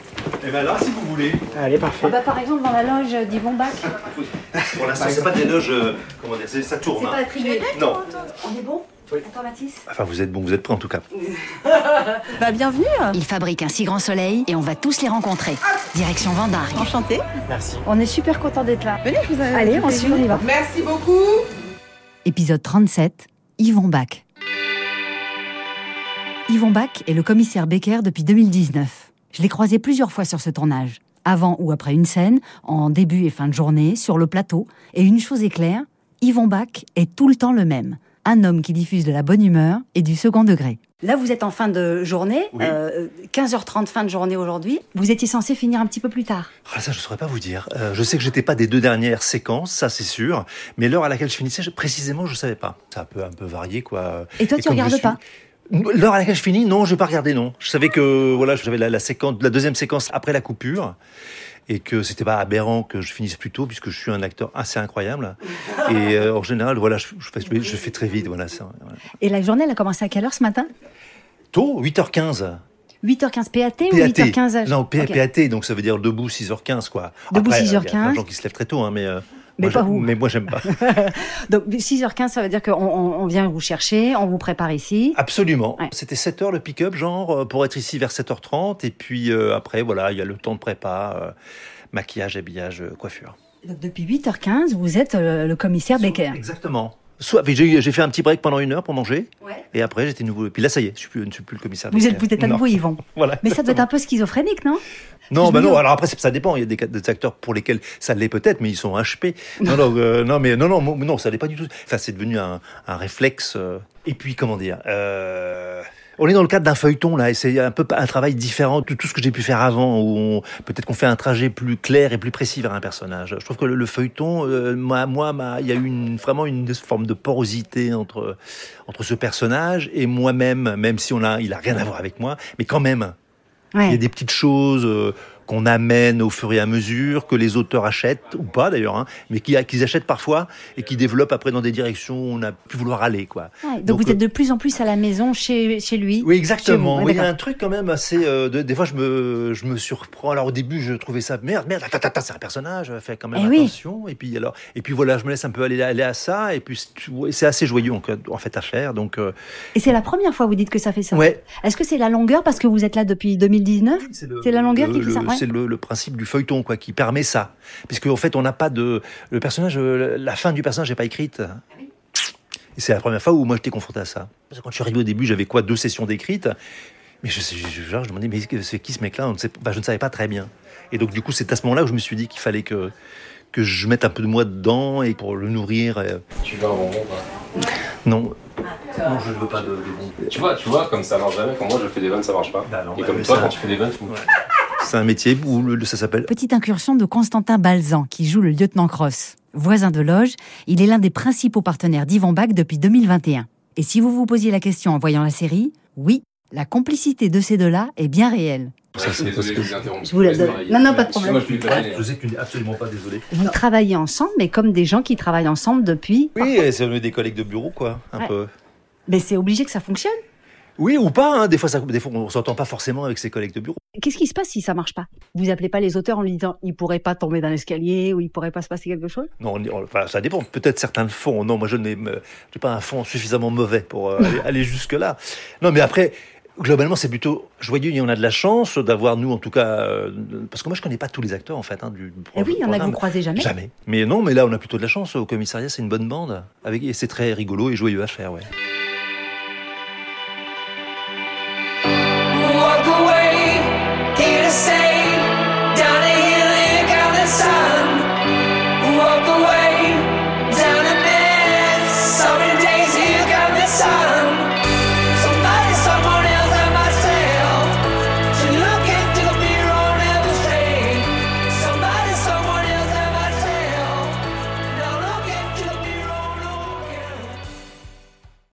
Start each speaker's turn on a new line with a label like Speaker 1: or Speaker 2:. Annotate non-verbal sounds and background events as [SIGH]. Speaker 1: Et bien Eh ben là, si vous voulez,
Speaker 2: Allez, parfait.
Speaker 3: Ah bah, par exemple, dans la loge d'Yvon Bach, c'est
Speaker 1: pour l'instant, c'est pas des loges, euh, comment dire, c'est- ça tourne.
Speaker 3: pas
Speaker 1: hein.
Speaker 3: attribué.
Speaker 1: Non.
Speaker 3: On est bon
Speaker 1: Oui.
Speaker 3: Attends, Mathis
Speaker 1: Enfin, vous êtes bon, vous êtes prêts en tout cas.
Speaker 4: Bah bienvenue,
Speaker 5: Ils fabriquent un si grand soleil et on va tous les rencontrer. Direction Vandari.
Speaker 4: enchantée.
Speaker 2: Merci.
Speaker 3: On est super content d'être là.
Speaker 4: Venez, je vous invite.
Speaker 3: Allez, on suit, on y va.
Speaker 6: Merci beaucoup.
Speaker 5: Épisode 37, Yvon Bach. Yvon Bach est le commissaire Becker depuis 2019. Je l'ai croisé plusieurs fois sur ce tournage, avant ou après une scène, en début et fin de journée, sur le plateau. Et une chose est claire, Yvon Bach est tout le temps le même. Un homme qui diffuse de la bonne humeur et du second degré. Là, vous êtes en fin de journée,
Speaker 1: Oui.
Speaker 5: euh, 15h30 fin de journée aujourd'hui. Vous étiez censé finir un petit peu plus tard.
Speaker 1: Ah, ça, je saurais pas vous dire. Euh, je sais que j'étais pas des deux dernières séquences, ça c'est sûr. Mais l'heure à laquelle je finissais, je- précisément, je savais pas. Ça peut un peu varier, quoi.
Speaker 5: Et toi, tu
Speaker 1: comme je
Speaker 5: regardes pas
Speaker 1: L'heure à laquelle je finis, non, je vais pas regarder, non. Je savais que voilà, j'avais la, la séquence, la deuxième séquence après la coupure, et que c'était pas aberrant que je finisse plus tôt, puisque je suis un acteur assez incroyable. Et euh, en général, voilà, je, je fais, je fais- je fais très vite, voilà. ça, voilà.
Speaker 5: Et la journée, elle a commencé à quelle heure ce matin
Speaker 1: Tôt, 8h15.
Speaker 5: 8h15 PAT, ou
Speaker 1: PAT.
Speaker 5: 8h15 H
Speaker 1: Non, P-
Speaker 5: Ok.
Speaker 1: PAT, donc ça veut dire debout 6h15, quoi.
Speaker 5: Debout,
Speaker 1: Après, euh, Il y a
Speaker 5: 6h15.
Speaker 1: plein de gens qui se lèvent très tôt, hein, mais. euh,
Speaker 5: Mais
Speaker 1: moi,
Speaker 5: pas
Speaker 1: je-
Speaker 5: vous.
Speaker 1: Mais moi, j'aime
Speaker 5: [LAUGHS]
Speaker 1: pas.
Speaker 5: Donc 6h15, ça veut dire qu'on on- on vient vous chercher, on vous prépare ici.
Speaker 1: Absolument.
Speaker 5: Ouais.
Speaker 1: C'était 7h le pick-up, genre, euh, pour être ici vers 7h30. Et puis euh, après, voilà, il y a le temps de prépa, euh, maquillage, habillage, euh, coiffure.
Speaker 5: Donc depuis 8h15, vous êtes euh, le commissaire Becker.
Speaker 1: Exactement. Soit, mais j'ai eu- j'ai fait un petit break pendant une heure pour manger.
Speaker 5: Ouais.
Speaker 1: Et après, j'étais nouveau. Et puis là, ça y est, je suis plus- je ne suis plus le commissaire.
Speaker 5: Vous
Speaker 1: Becker.
Speaker 5: êtes, vous êtes à
Speaker 1: Non.
Speaker 5: nouveau Yvon.
Speaker 1: Voilà.
Speaker 5: Mais ça doit être un peu schizophrénique, non
Speaker 1: Non,
Speaker 5: Je
Speaker 1: bah
Speaker 5: me
Speaker 1: non.
Speaker 5: dis-
Speaker 1: Alors après, c'est- ça dépend. Il y a des, ca- des acteurs pour lesquels ça l'est peut-être, mais ils sont HP. Non, non, euh, non, mais non, non, mo- non, ça l'est pas du tout. Enfin, c'est devenu un, un réflexe. euh. Et puis, comment dire euh, On est dans le cadre d'un feuilleton là, et c'est un peu un travail différent de tout ce que j'ai pu faire avant, où on- peut-être qu'on fait un trajet plus clair et plus précis vers un personnage. Je trouve que le, le feuilleton, euh, moi, moi, m'a- il y a eu une- vraiment une forme de porosité entre entre ce personnage et moi-même, même si on a, il a rien à voir avec moi, mais quand même. Il y
Speaker 5: Ouais.
Speaker 1: a des petites choses euh, qu'on amène au fur et à mesure, que les auteurs achètent, ou pas d'ailleurs, hein, mais qui- qu'ils achètent parfois et qui développent après dans des directions où on a pu vouloir aller. quoi.
Speaker 5: Ouais, donc,
Speaker 1: donc,
Speaker 5: vous
Speaker 1: euh,
Speaker 5: êtes de plus en plus à la maison, chez, chez
Speaker 1: Oui,
Speaker 5: lui. Chez vous,
Speaker 1: exactement.
Speaker 5: ouais,
Speaker 1: Oui, il y a
Speaker 5: d'accord.
Speaker 1: un truc quand même assez. euh, de- des fois, je me, je me surprends. Alors, au début, je trouvais ça merde, merde, attends, attends, c'est un personnage, euh, fais quand même
Speaker 5: Eh oui.
Speaker 1: attention. Et puis, alors, et puis voilà, je me laisse un peu aller, aller à ça. Et puis, c'est- c'est assez joyeux en, en fait à faire. Donc, euh,
Speaker 5: Et c'est la première fois que vous dites que ça fait ça.
Speaker 1: ouais,
Speaker 5: Est-ce que c'est la longueur parce que vous êtes là depuis 2019
Speaker 1: le-
Speaker 5: C'est la longueur
Speaker 1: le-
Speaker 5: qui fait
Speaker 1: le-
Speaker 5: ça, ouais.
Speaker 1: C'est le, le principe du feuilleton quoi, qui permet ça. Parce qu'en fait, on n'a pas de. Le personnage, euh, la fin du personnage n'est pas écrite. Et c'est la première fois où moi j'étais confronté à ça. Parce que quand je suis arrivé au début, j'avais quoi Deux sessions d'écrites. Mais je, je, je, genre, je me demandais, mais c'est qui ce mec-là On ne sait- bah, Je ne savais pas très bien. Et donc, du coup, c'est à ce moment-là où je me suis dit qu'il fallait que, que je mette un peu de moi dedans et pour le nourrir. euh,
Speaker 7: Tu veux un bonbon quoi.
Speaker 1: Non. Non, je ne veux pas de, de bon.
Speaker 7: Tu vois, tu vois, comme ça marche jamais, quand moi je fais des vannes, ça marche pas.
Speaker 1: Bah non,
Speaker 7: Et
Speaker 1: bah,
Speaker 7: comme
Speaker 1: mais
Speaker 7: toi,
Speaker 1: ça-
Speaker 7: quand tu fais des vannes, tu me-
Speaker 1: C'est un métier où le- ça s'appelle
Speaker 5: Petite incursion de Constantin Balzan, qui joue le lieutenant Cross. Voisin de loge, il est l'un des principaux partenaires d'Yvon Bach depuis 2021. Et si vous vous posiez la question en voyant la série, oui, la complicité de ces deux-là est bien réelle.
Speaker 1: Ça,
Speaker 7: Ouais, je suis
Speaker 1: c'est parce
Speaker 7: désolé,
Speaker 1: que-
Speaker 7: je vous interromps.
Speaker 5: Je vous la donne.
Speaker 7: Désolé.
Speaker 3: Non, non, pas de
Speaker 7: Excuse-moi, je suis désolé.
Speaker 1: Je sais que tu n'es absolument pas désolé.
Speaker 5: Vous travaillez ensemble, mais comme des gens qui travaillent ensemble depuis...
Speaker 1: Oui, et c'est des collègues de bureau, quoi, un
Speaker 5: Ouais.
Speaker 1: peu.
Speaker 5: Mais c'est obligé que ça fonctionne.
Speaker 1: Oui, ou pas, hein, des, fois, ça, des fois, on s'entend pas forcément avec ses collègues de bureau.
Speaker 5: Qu'est-ce qui se passe si ça marche pas Vous appelez pas les auteurs en lui disant il pourrait pas tomber dans l'escalier ou il pourrait pas se passer quelque chose
Speaker 1: Non, on- on- enfin, ça dépend. Peut-être certains le font. Non, moi, je n'ai me- j'ai pas un fond suffisamment mauvais pour euh, aller, aller jusque-là. Non, mais après, globalement, c'est plutôt joyeux et on a de la chance d'avoir, nous, en tout cas, euh, parce que moi, je connais pas tous les acteurs, en fait, hein, du, du
Speaker 5: Eh oui, il y en a que vous
Speaker 1: programme.
Speaker 5: croisez jamais.
Speaker 1: Jamais. Mais non, mais là, on a plutôt de la chance. Au commissariat, c'est une bonne bande. Avec, et c'est très rigolo et joyeux à faire, ouais.